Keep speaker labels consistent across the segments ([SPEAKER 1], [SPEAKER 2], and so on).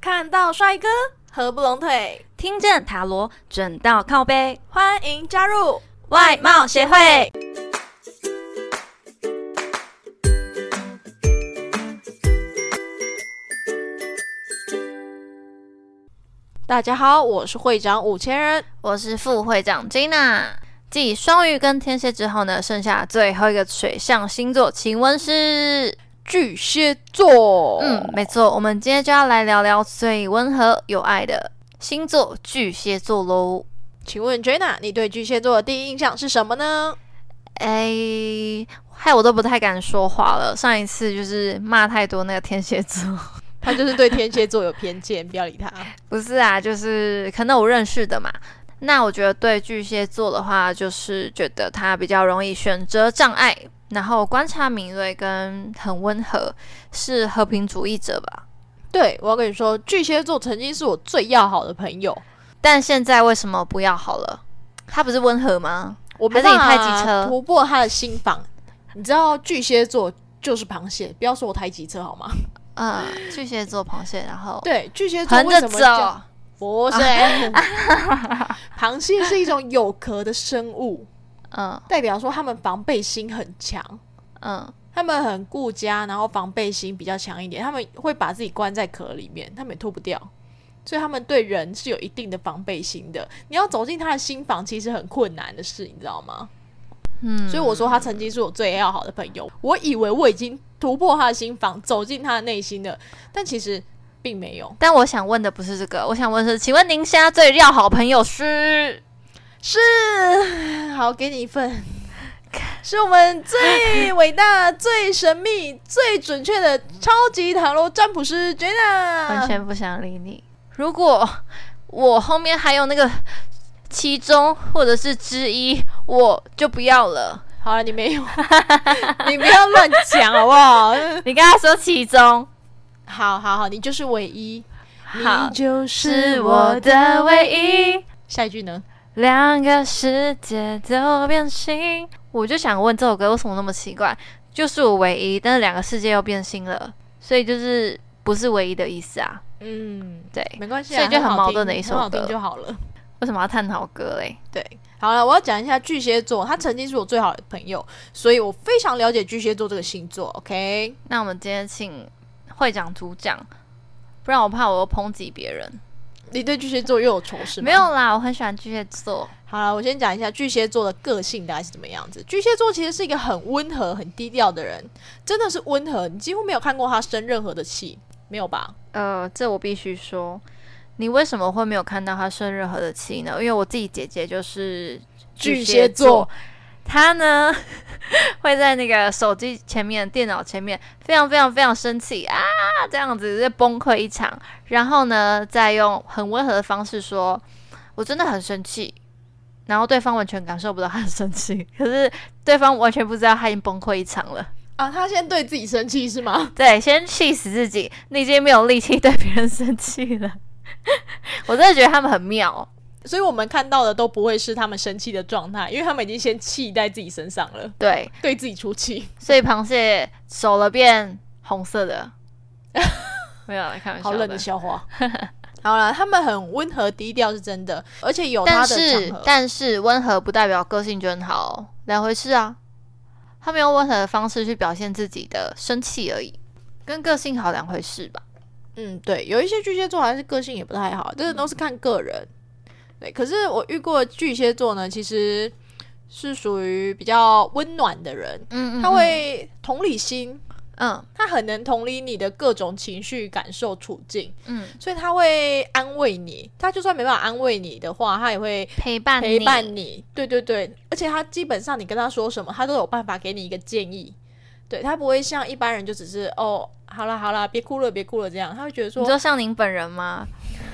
[SPEAKER 1] 看到帅哥合不拢腿，
[SPEAKER 2] 听见塔罗准到靠背，
[SPEAKER 1] 欢迎加入。
[SPEAKER 2] 外貌协会。
[SPEAKER 1] 大家好，我是会长五千人。
[SPEAKER 2] 我是副会长 Gina。继双鱼跟天蝎之后呢，剩下最后一个水象星座，请问是？
[SPEAKER 1] 巨蟹座，
[SPEAKER 2] 嗯，，没错，我们今天就要来聊聊最温和有爱的星座巨蟹座喽。
[SPEAKER 1] 请问 Jenna，你对巨蟹座的第一印象是什么呢？
[SPEAKER 2] 哎，害我都不太敢说话了。上一次就是骂太多那个天蝎座，
[SPEAKER 1] 他就是对天蝎座有偏见，不要理他。
[SPEAKER 2] 不是啊，就是可能我认识的嘛。那我觉得对巨蟹座的话，就是觉得他比较容易选择障碍，然后观察敏锐跟很温和，是和平主义者吧。
[SPEAKER 1] 对，我要跟你说，巨蟹座曾经是我最要好的朋友。
[SPEAKER 2] 但现在为什么不要好了？他不是温和吗？
[SPEAKER 1] 我没
[SPEAKER 2] 还是你
[SPEAKER 1] 办
[SPEAKER 2] 太
[SPEAKER 1] 法
[SPEAKER 2] 机车
[SPEAKER 1] 突破他的心防。你知道巨蟹座就是螃蟹，不要说我太机车好 吗？
[SPEAKER 2] 嗯，巨蟹座螃蟹，然后
[SPEAKER 1] 对，巨蟹座
[SPEAKER 2] 横
[SPEAKER 1] 为
[SPEAKER 2] 着
[SPEAKER 1] 什么叫
[SPEAKER 2] 走，
[SPEAKER 1] 不 是？螃蟹是一种有壳的生物，
[SPEAKER 2] 嗯
[SPEAKER 1] 代表说他们防备心很强，
[SPEAKER 2] 嗯，
[SPEAKER 1] 他们很顾家，然后防备心比较强一点，他们会把自己关在壳里面，他们也脱不掉。所以他们对人是有一定的防备心的，你要走进他的心房，其实很困难的事，你知道吗？
[SPEAKER 2] 嗯
[SPEAKER 1] 所以我说他曾经是我最要好的朋友，我以为我已经突破他的心房，走进他的内心了，但其实并没有。
[SPEAKER 2] 但我想问的不是这个，我想问是，请问您现在最要好朋友是？
[SPEAKER 1] 是， 好，给你一份，是我们最伟大、最神秘、最准确的超级塔罗占卜师
[SPEAKER 2] 完
[SPEAKER 1] Jenna。
[SPEAKER 2] 全不想理你。如果我后面还有那个其中或者是之一，我就不要了。
[SPEAKER 1] 好了，你没 有，你不要乱讲好不好？
[SPEAKER 2] 哦你跟他说其中，
[SPEAKER 1] 好好好，你就是唯一，
[SPEAKER 2] 好
[SPEAKER 1] 你就是是
[SPEAKER 2] 我
[SPEAKER 1] 我
[SPEAKER 2] 的
[SPEAKER 1] 的唯一。
[SPEAKER 2] 唯一，
[SPEAKER 1] 下一句呢？
[SPEAKER 2] 两个世界都变形。我就想问这首歌为什么那么奇怪？就是我唯一，但是两个世界又变形了，所以就是不是唯一的意思啊？
[SPEAKER 1] 嗯，
[SPEAKER 2] 对，
[SPEAKER 1] 没关系啊，
[SPEAKER 2] 所以就很
[SPEAKER 1] 很好
[SPEAKER 2] 矛盾
[SPEAKER 1] 听
[SPEAKER 2] 的一首
[SPEAKER 1] 很好
[SPEAKER 2] 歌
[SPEAKER 1] 听就好了。
[SPEAKER 2] 为什么要探讨歌嘞？
[SPEAKER 1] 对，好了，我要讲一下巨蟹座，他曾经是我最好的朋友，所以我非常了解巨蟹座这个星座。OK，
[SPEAKER 2] 那我们今天请会长主讲，不然我怕我又抨击别人。
[SPEAKER 1] 你对巨蟹座又有仇视吗？
[SPEAKER 2] 没有。啦，我很喜欢巨蟹座。
[SPEAKER 1] 好了，我先讲一下巨蟹座的个性大概是怎么样子。巨蟹座其实是一个很温和、很低调的人，真的是温和，你几乎没有看过他生任何的气，没有吧？
[SPEAKER 2] 呃，这我必须说，你为什么会没有看到他生任何的气呢？因为我自己姐姐就是
[SPEAKER 1] 巨
[SPEAKER 2] 蟹
[SPEAKER 1] 蟹座，
[SPEAKER 2] 她呢 会在那个手机前面、电脑前面非常非常非常生气啊，这样子就崩溃一场，然后呢再用很温和的方式说：“我真的很生气。”然后对方完全感受不到他很生气，可是对方完全不知道他已经崩溃一场了。
[SPEAKER 1] 啊，他先对自己生气是吗？
[SPEAKER 2] 对，先气死自己，你已经没有力气对别人生气了。 我真的觉得他们很妙，
[SPEAKER 1] 所以我们看到的都不会是他们生气的状态，因为他们已经先气在自己身上了，
[SPEAKER 2] 对，
[SPEAKER 1] 对自己出气，
[SPEAKER 2] 所以螃蟹熟了变红色的， 没有啦开玩笑
[SPEAKER 1] 好冷的
[SPEAKER 2] 的。
[SPEAKER 1] 笑话。 好了，他们很温和低调是真的，而且有他的
[SPEAKER 2] 但
[SPEAKER 1] 场
[SPEAKER 2] 是
[SPEAKER 1] 合。
[SPEAKER 2] 但是温和不代表个性就很好哦，两回事啊。他们用温和的方式去表现自己的生气而已，跟个性好两回事吧。
[SPEAKER 1] 嗯，对，有一些巨蟹座还是个性也不太好，这个都是看个人。对，可是我遇过的巨蟹座呢，其实是属于比较温暖的人，
[SPEAKER 2] 嗯
[SPEAKER 1] 他会同理心，
[SPEAKER 2] 嗯
[SPEAKER 1] 他很能同理你的各种情绪、感受、处境，
[SPEAKER 2] 嗯
[SPEAKER 1] 所以他会安慰你。他就算没办法安慰你的话，他也会
[SPEAKER 2] 陪伴
[SPEAKER 1] 陪
[SPEAKER 2] 你
[SPEAKER 1] 伴你。对对对，而且他基本上你跟他说什么，他都有办法给你一个建议。对他不会像一般人就只是哦，好啦好啦，别哭了别哭了这样，他会觉得说
[SPEAKER 2] 你说像您本人吗？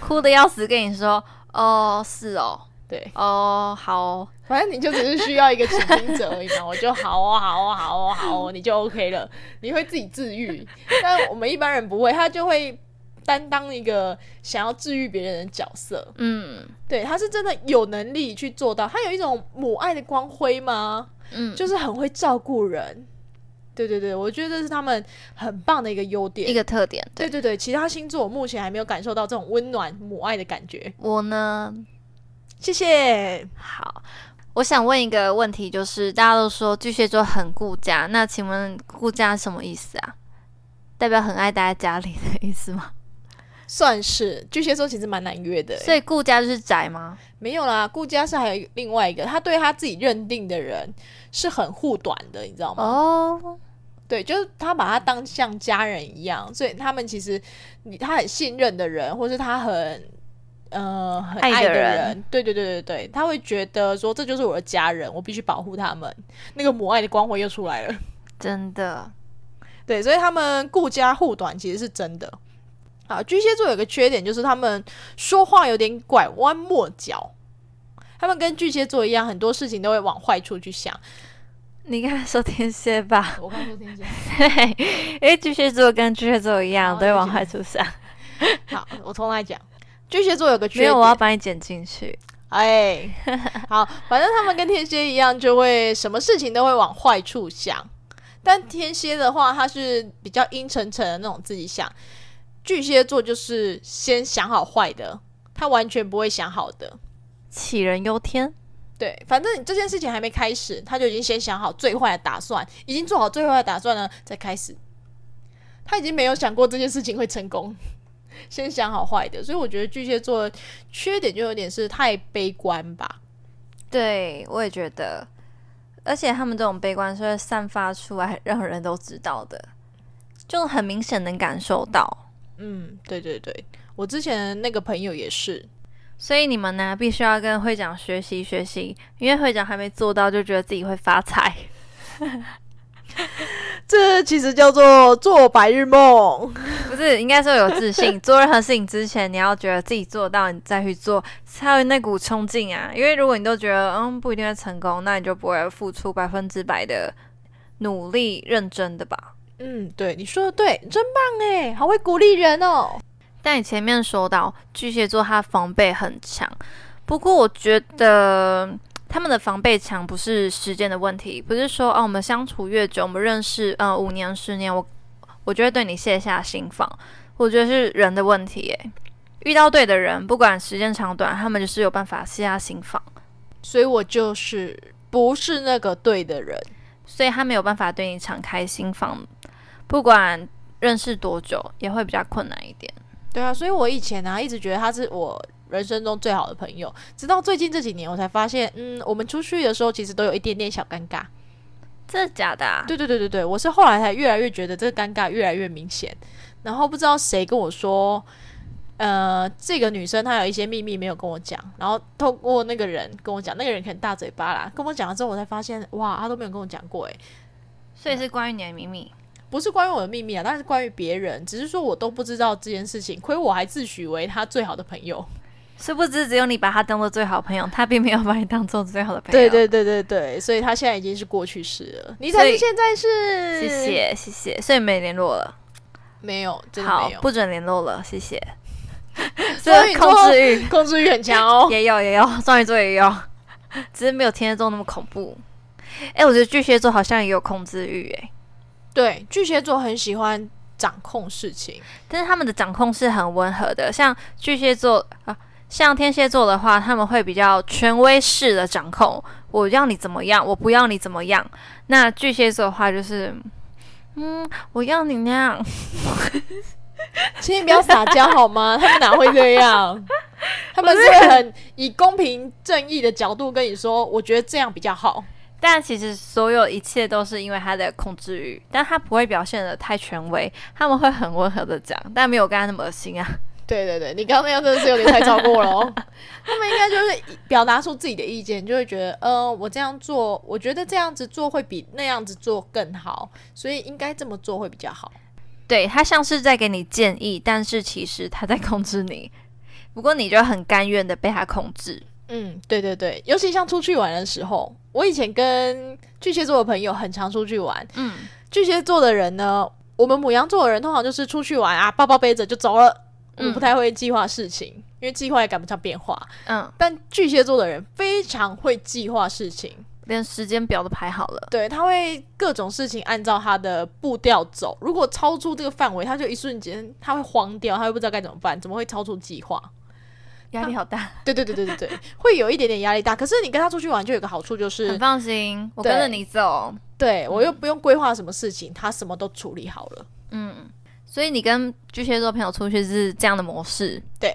[SPEAKER 2] 哭的要死，跟你说哦，是哦，
[SPEAKER 1] 对，
[SPEAKER 2] 哦，好哦
[SPEAKER 1] 反正你就只是需要一个倾听者而已嘛，我 就好哦，好哦，好哦，好哦，你就 OK 了，你会自己治愈。但我们一般人不会，他就会担当一个想要治愈别人的角色。
[SPEAKER 2] 嗯
[SPEAKER 1] 对，他是真的有能力去做到，他有一种母爱的光辉吗？
[SPEAKER 2] 嗯，
[SPEAKER 1] 就是很会照顾人。对对对，我觉得这是他们很棒的一个优
[SPEAKER 2] 一
[SPEAKER 1] 点。
[SPEAKER 2] 个特点。对
[SPEAKER 1] 对对对，其他星座我目前还没有感受到这种温暖母爱的感觉。
[SPEAKER 2] 我呢，
[SPEAKER 1] 谢谢。
[SPEAKER 2] 好，我想问一个问题，就是大家都说巨蟹座很顾家，那请问顾家是什么意思啊？代表很爱待在家里的意思吗？
[SPEAKER 1] 算是巨蟹座其实蛮难约的欸，
[SPEAKER 2] 所以顾家就是宅吗？
[SPEAKER 1] 没有啦。顾家是还有一个另外一个，他对他自己认定的人是很护短的，你知道吗？
[SPEAKER 2] 哦，
[SPEAKER 1] 对，就是他把他当像家人一样，所以他们其实你他很信任的人，或是他很呃很
[SPEAKER 2] 爱的
[SPEAKER 1] 爱的
[SPEAKER 2] 人
[SPEAKER 1] 对对对对对，他会觉得说这就是我的家人，我必须保护他们，那个母爱的光辉又出来了。
[SPEAKER 2] 真的，
[SPEAKER 1] 对，所以他们顾家护短其实是真的。好，巨蟹座有个缺点就是他们说话有点拐弯抹角，他们跟巨蟹座一样，很多事情都会往坏处去想。
[SPEAKER 2] 你刚才说天蝎吧？
[SPEAKER 1] 我刚说听见，
[SPEAKER 2] 对，因为巨蟹座跟巨蟹座一样，
[SPEAKER 1] 哦
[SPEAKER 2] 都会往
[SPEAKER 1] 对不
[SPEAKER 2] 坏
[SPEAKER 1] 起
[SPEAKER 2] 处想。
[SPEAKER 1] 好，我重来讲。巨蟹座有个缺
[SPEAKER 2] 没
[SPEAKER 1] 点，
[SPEAKER 2] 有，我啊要把你剪进去。
[SPEAKER 1] 哎，好，反正他们跟天蝎一样，就会什么事情都会往坏处想。但天蝎的话，他是比较阴沉沉的那种自己想；巨蟹座就是先想好坏的，他完全不会想好的。
[SPEAKER 2] 杞人忧天，
[SPEAKER 1] 对，反正你这件事情还没开始，他就已经先想好最坏的打算，已经做好最坏的打算呢，再开始。他已经没有想过这件事情会成功， 先想好坏的。所以我觉得巨蟹座的缺点就有点是太悲观吧。
[SPEAKER 2] 对我也觉得，而且他们这种悲观是会散发出来，让人都知道的，就很明显能感受到。
[SPEAKER 1] 嗯，对对对，我之前那个朋友也是，
[SPEAKER 2] 所以你们呢，必须要跟会长学习学习，因为会长还没做到，就觉得自己会发财。
[SPEAKER 1] 这其实叫做做白日梦。
[SPEAKER 2] 不是，应该说有自信。做任何事情之前，你要觉得自己做到，你再去做，才有那股冲劲啊。因为如果你都觉得嗯不一定会成功，那你就不会付出百分之百的努力、认真的吧。
[SPEAKER 1] 嗯，对，你说的对，真棒哎，好会鼓励人哦。
[SPEAKER 2] 但你前面说到巨蟹座，他防备很强，不过我觉得嗯他们的防备强不是时间的问题，不是说哦我们相处越久，我们认识呃五年十年，我我就会对你卸下心防，我觉得是人的问题耶。遇到对的人，不管时间长短，他们就是有办法卸下心防，
[SPEAKER 1] 所以我就是不是那个对的人。
[SPEAKER 2] 所以他没有办法对你敞开心房，不管认识多久，也会比较困难一点。
[SPEAKER 1] 对啊，所以我以前啊一直觉得他是我人生中最好的朋友，直到最近这几年我才发现，嗯，我们出去的时候其实都有一点点小尴尬。
[SPEAKER 2] 真的假的、啊？
[SPEAKER 1] 对对对对对，我是后来才越来越觉得这个尴尬越来越明显，然后不知道谁跟我说，呃，这个女生她有一些秘密没有跟我讲，然后透过那个人跟我讲，那个人可能大嘴巴啦，跟我讲了之后，我才发现，哇，她都没有跟我讲过，诶，欸
[SPEAKER 2] 所以是关于你的秘密。
[SPEAKER 1] 不是关于我的秘密啊，但是关于别人，只是说我都不知道这件事情，亏我还自诩为她最好的朋友。
[SPEAKER 2] 殊不知，只有你把他当做最好朋友，他并没有把你当做最好的朋
[SPEAKER 1] 对，
[SPEAKER 2] 友。
[SPEAKER 1] 对对对对，所以她现在已经是过去式了，你才
[SPEAKER 2] 所以
[SPEAKER 1] 是现在式。
[SPEAKER 2] 谢，谢谢谢，所以没联络了。
[SPEAKER 1] 没有，真的
[SPEAKER 2] 好
[SPEAKER 1] 没，有，
[SPEAKER 2] 不准联络了，谢谢。
[SPEAKER 1] 所以
[SPEAKER 2] 这控制欲
[SPEAKER 1] 控制欲很强哦。
[SPEAKER 2] 也有也有，双鱼座也有，只是没有天蝎座那么恐怖。哎、我觉得巨蟹座好像也有控制欲，哎，
[SPEAKER 1] 对，巨蟹座很喜欢掌控事情。
[SPEAKER 2] 但是他们的掌控是很温和的，像巨蟹座啊，像天蝎座的话，他们会比较权威式的掌控，我要你怎么样，我不要你怎么样。那巨蟹座的话就是，嗯，我要你那样，
[SPEAKER 1] 请你不要撒娇好吗？ 他们哪会这 样？他们是很以公平正义的角度跟你说，我觉得这样比较好。
[SPEAKER 2] 但其实所有一切都是因为他的控制欲，但他不会表现的太权威，他们会很温和的讲，但没有刚才那么恶心啊。
[SPEAKER 1] 对对对，你刚刚那样真的是有点太超过了 哦。他们应该就是表达出自己的意见，就会觉得，呃，我这样做，我觉得这样子做会比那样子做更好，所以应该这么做会比较好。
[SPEAKER 2] 对他像是在给你建议，但是其实他在控制你，不过你就很甘愿的被他控制。
[SPEAKER 1] 嗯，对对对，尤其像出去玩的时候，我以前跟巨蟹座的朋友很常出去玩，
[SPEAKER 2] 嗯，
[SPEAKER 1] 巨蟹座的人呢，我们母羊座的人通常就是出去玩啊，包包背着就走了，我们
[SPEAKER 2] 嗯
[SPEAKER 1] 不太会计划事情，因为计划也赶不上变化。
[SPEAKER 2] 嗯，
[SPEAKER 1] 但巨蟹座的人非常会计划事情，
[SPEAKER 2] 连时间表都排好了。
[SPEAKER 1] 对，他会各种事情按照他的步调走。如果超出这个范围，他就一瞬间他会慌掉，他会不知道该怎么办，怎么会超出计划？
[SPEAKER 2] 压力好 大，
[SPEAKER 1] 对对对对对对，会有一点点压力大。可是你跟他出去玩就有个好处，就
[SPEAKER 2] 很
[SPEAKER 1] 是
[SPEAKER 2] 放心，我
[SPEAKER 1] 对
[SPEAKER 2] 跟着你走。
[SPEAKER 1] 对我又不用规划什么事情，他什么都处理好了。
[SPEAKER 2] 嗯，所以你跟巨蟹座朋友出去是这样的模式。
[SPEAKER 1] 对，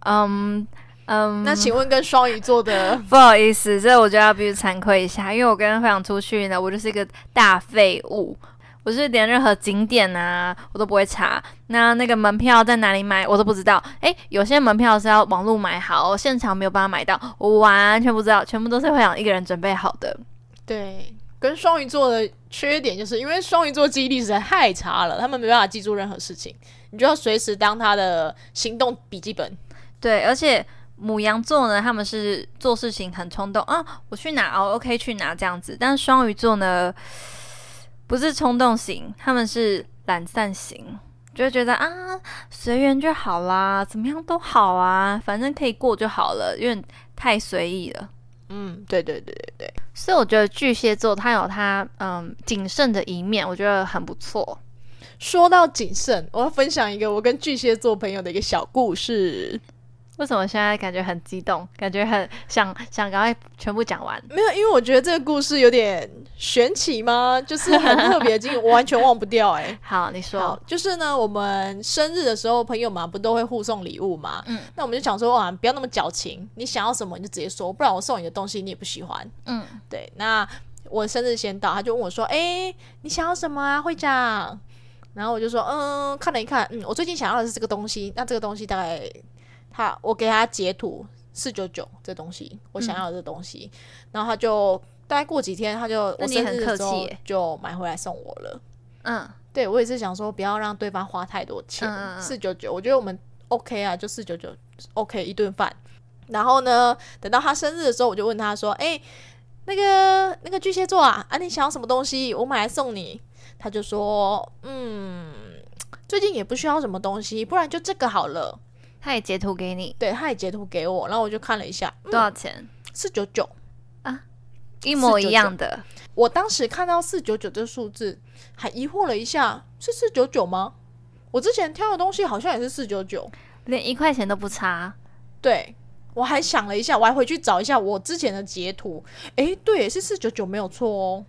[SPEAKER 2] 嗯嗯，
[SPEAKER 1] 那请问跟双鱼座的
[SPEAKER 2] 不好意思，这我就要必须惭愧一下，因为我跟会长出去呢，我就是一个大废物。我是连任何景点啊，我都不会查。那那个门票在哪里买，我都不知道。诶，有些门票是要网络买好，现场没有办法买到，我完全不知道，全部都是会长一个人准备好的。
[SPEAKER 1] 对跟双鱼座的缺点，就是因为双鱼座记忆力实在太差了，他们没办法记住任何事情，你就要随时当他的行动笔记本。
[SPEAKER 2] 对，而且母羊座呢，他们是做事情很冲动啊，我去哪哦，OK 去哪这样子。但是双鱼座呢，不是冲动型，他们是懒散型，就会觉得啊，随缘就好啦，怎么样都好啊，反正可以过就好了，因为太随意了。
[SPEAKER 1] 嗯，对对对对对，
[SPEAKER 2] 所以我觉得巨蟹座他有他嗯谨慎的一面，我觉得很不错。
[SPEAKER 1] 说到谨慎，我要分享一个我跟巨蟹座朋友的一个小故事。
[SPEAKER 2] 为什么现在感觉很激动，感觉很想想赶快全部讲完？
[SPEAKER 1] 没有，因为我觉得这个故事有点玄奇吗？就是很特别的经历，我完全忘不掉 哎、
[SPEAKER 2] 好，你说
[SPEAKER 1] 好，。就是呢，我们生日的时候，朋友嘛不都会互送礼物嘛？
[SPEAKER 2] 嗯，
[SPEAKER 1] 那我们就想说，哇，不要那么矫情，你想要什么你就直接说，不然我送你的东西你也不喜欢。
[SPEAKER 2] 嗯，
[SPEAKER 1] 对，那我生日先到，他就问我说：“诶，你想要什么啊，会长？”然后我就说：“嗯，看了一看，嗯，我最近想要的是这个东西。那这个东西大概他我给他截图四九九这东西，我
[SPEAKER 2] 嗯
[SPEAKER 1] 想要的这东西。然后他就大概过几天，他就
[SPEAKER 2] 那
[SPEAKER 1] 我
[SPEAKER 2] 你
[SPEAKER 1] 生
[SPEAKER 2] 很
[SPEAKER 1] 日
[SPEAKER 2] 客
[SPEAKER 1] 的时
[SPEAKER 2] 气
[SPEAKER 1] 候
[SPEAKER 2] 耶
[SPEAKER 1] 就买回来送我了。
[SPEAKER 2] 嗯，
[SPEAKER 1] 对我也是想说，不要让对方花太多钱
[SPEAKER 2] 嗯嗯，嗯
[SPEAKER 1] 四九九，我觉得我们 OK 啊，就四九九 OK 一顿饭。然后呢，等到他生日的时候，我就问他说：“哎、那个那个巨蟹座啊，啊你想要什么东西，我买来送你。”他就说：“嗯，最近也不需要什么东西，不然就这个好了。
[SPEAKER 2] 他也截图给你”，
[SPEAKER 1] 对，他也截图给我，然后我就看了一下，
[SPEAKER 2] 多少钱？
[SPEAKER 1] 四九九。
[SPEAKER 2] 一模一样的，
[SPEAKER 1] 我当时看到四九九这数字，还疑惑了一下，是四九九吗？我之前挑的东西好像也是四九九。
[SPEAKER 2] 连一块钱都不差。
[SPEAKER 1] 对，我还想了一下，我还回去找一下我之前的截图。诶，对，是四九九没有错哦。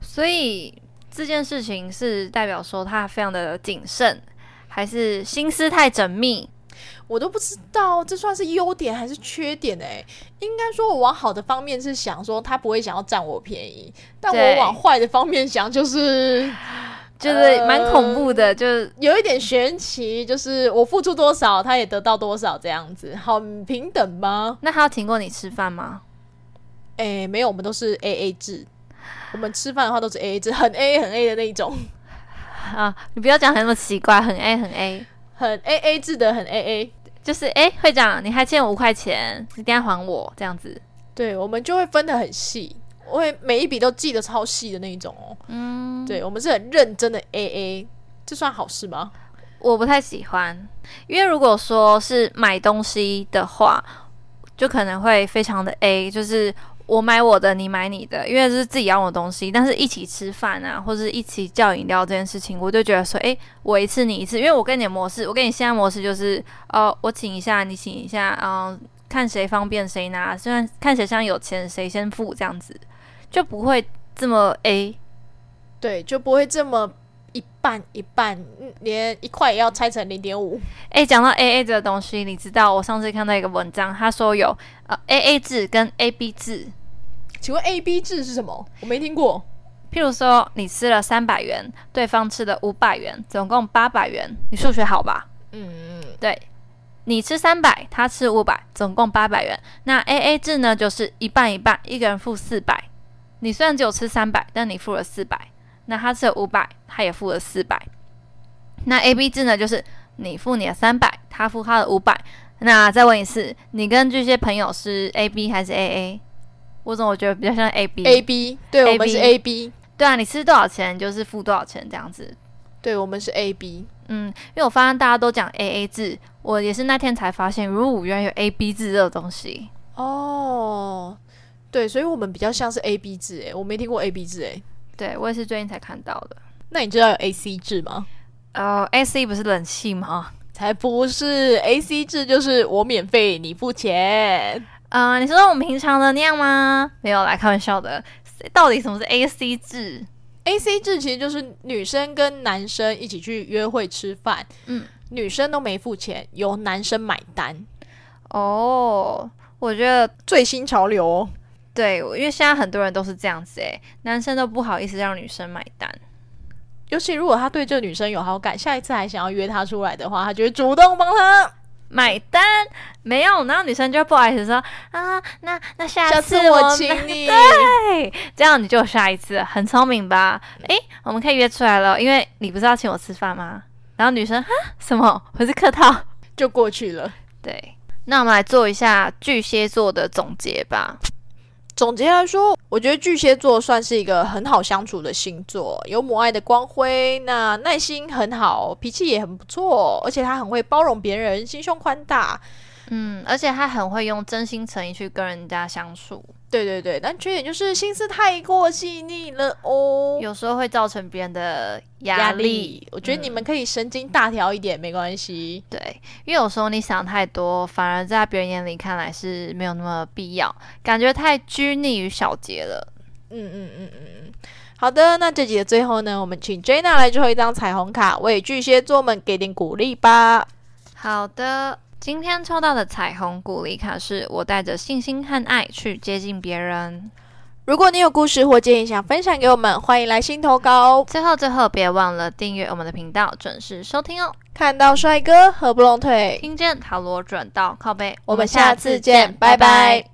[SPEAKER 2] 所以这件事情是代表说他非常的谨慎，还是心思太缜密？
[SPEAKER 1] 我都不知道这算是优点还是缺点诶，应该说，我往好的方面是想说他不会想要占我便宜，但
[SPEAKER 2] 对
[SPEAKER 1] 我往坏的方面想就是
[SPEAKER 2] 就是呃蛮恐怖的，就是
[SPEAKER 1] 有一点玄奇，就是我付出多少，他也得到多少这样子，好平等吗？
[SPEAKER 2] 那他有请过你吃饭吗？
[SPEAKER 1] 诶，没有，我们都是 A A 制，我们吃饭的话都是 A A 制，很 A 很 A 的那一种，
[SPEAKER 2] 啊，你不要讲得那么奇怪，很 A 很 A，
[SPEAKER 1] 很 A A 制的，很 A A。
[SPEAKER 2] 就是哎、会长你还欠我五块钱，你等一下还我这样子。
[SPEAKER 1] 对，我们就会分得很细，我会每一笔都记得超细的那一种哦。
[SPEAKER 2] 嗯，
[SPEAKER 1] 对，我们是很认真的 A A，这算好事吗？
[SPEAKER 2] 我不太喜欢，因为如果说是买东西的话，就可能会非常的 A，就是我买我的，你买你的，因为是自己要用的东西。但是一起吃饭啊，或是一起叫饮料这件事情，我就觉得说，诶，我一次你一次，因为我跟你的模式，我跟你现在模式就是，哦，我请一下，你请一下，嗯、看谁方便谁拿，虽然看谁像有钱谁先付这样子，就不会这么 A。
[SPEAKER 1] 对，就不会这么一半一半，嗯连一块也要拆成零点五。
[SPEAKER 2] 哎，讲到 A A 这个东西，你知道我上次看到一个文章，他说有呃 A A 制跟 A B 制。
[SPEAKER 1] 请问 A B 制是什么？我没听过。
[SPEAKER 2] 譬如说，你吃了三百元，对方吃了五百元，总共八百元。你数学好吧？
[SPEAKER 1] 嗯，
[SPEAKER 2] 对，你吃三百，他吃五百，总共八百元。那 A A 制呢，就是一半一半，一个人付四百。你虽然只有吃三百，但你付了四百。那他吃了五百，他也付了四百。那 A B 制呢，就是你付你的三百，他付他的五百。那再问一次，你跟巨蟹朋友是 A B 还是 A A？我怎么觉得比较像 A B？
[SPEAKER 1] a B，对
[SPEAKER 2] AB
[SPEAKER 1] 我们是 A B，
[SPEAKER 2] 对啊，你吃多少钱就是付多少钱这样子。
[SPEAKER 1] 对我们是 A B。
[SPEAKER 2] 嗯，因为我发现大家都讲 A A 制，我也是那天才发现，如果原来有 A B 制这个东西。
[SPEAKER 1] 哦，对，所以我们比较像是 A B 制，哎，我没听过 A B 制，哎，
[SPEAKER 2] 对我也是最近才看到的。
[SPEAKER 1] 那你知道有 A C 制吗？
[SPEAKER 2] 哦、a c 不是冷气吗？
[SPEAKER 1] 才不是，A C 制就是我免费你付钱。
[SPEAKER 2] 啊、你说我们平常的那样吗？没有啦，开玩笑的。到底什么是 AC 制？
[SPEAKER 1] A C 制其实就是女生跟男生一起去约会吃饭，
[SPEAKER 2] 嗯，
[SPEAKER 1] 女生都没付钱，由男生买单，
[SPEAKER 2] 哦、我觉得
[SPEAKER 1] 最新潮流哦。
[SPEAKER 2] 对，因为现在很多人都是这样子诶，男生都不好意思让女生买单。
[SPEAKER 1] 尤其如果他对这个女生有好感，下一次还想要约她出来的话，他就会主动帮她。
[SPEAKER 2] 买单没有，然后女生就不好意思说啊，那那下
[SPEAKER 1] 下
[SPEAKER 2] 次
[SPEAKER 1] 次
[SPEAKER 2] 我
[SPEAKER 1] 我
[SPEAKER 2] 们
[SPEAKER 1] 请你，
[SPEAKER 2] 对，这样你就有下一次，很聪明吧？诶，我们可以约出来了，因为你不是要请我吃饭吗？然后女生哈什么？我是客套。
[SPEAKER 1] 就过去了。
[SPEAKER 2] 对，那我们来做一下巨蟹座的总结吧。
[SPEAKER 1] 总结来说，我觉得巨蟹座算是一个很好相处的星座，有母爱的光辉，那耐心很好，脾气也很不错，而且他很会包容别人，心胸宽大。
[SPEAKER 2] 嗯，而且他很会用真心诚意去跟人家相处，
[SPEAKER 1] 对对对，但缺点就是心思太过细腻了哦。
[SPEAKER 2] 有时候会造成别人的
[SPEAKER 1] 压嗯
[SPEAKER 2] 压力。
[SPEAKER 1] 我觉得你们可以神经大条一点，没关系。
[SPEAKER 2] 对，因为有时候你想太多，反而在别人眼里看来是没有那么必要，感觉太拘泥于小节了。
[SPEAKER 1] 嗯嗯嗯嗯嗯。好的，那这集的最后呢，我们请 Jenna 来最后一张彩虹卡，为巨蟹座们给点鼓励吧。
[SPEAKER 2] 好的，今天抽到的彩虹鼓励卡是我带着信心和爱去接近别人。
[SPEAKER 1] 如果你有故事或建议想分享给我们，欢迎来信投稿哦。
[SPEAKER 2] 最后，最后别忘了订阅我们的频道，准时收听哦。
[SPEAKER 1] 看到帅哥合不拢腿，
[SPEAKER 2] 听见塔罗转到靠背，
[SPEAKER 1] 我们下次见，拜拜。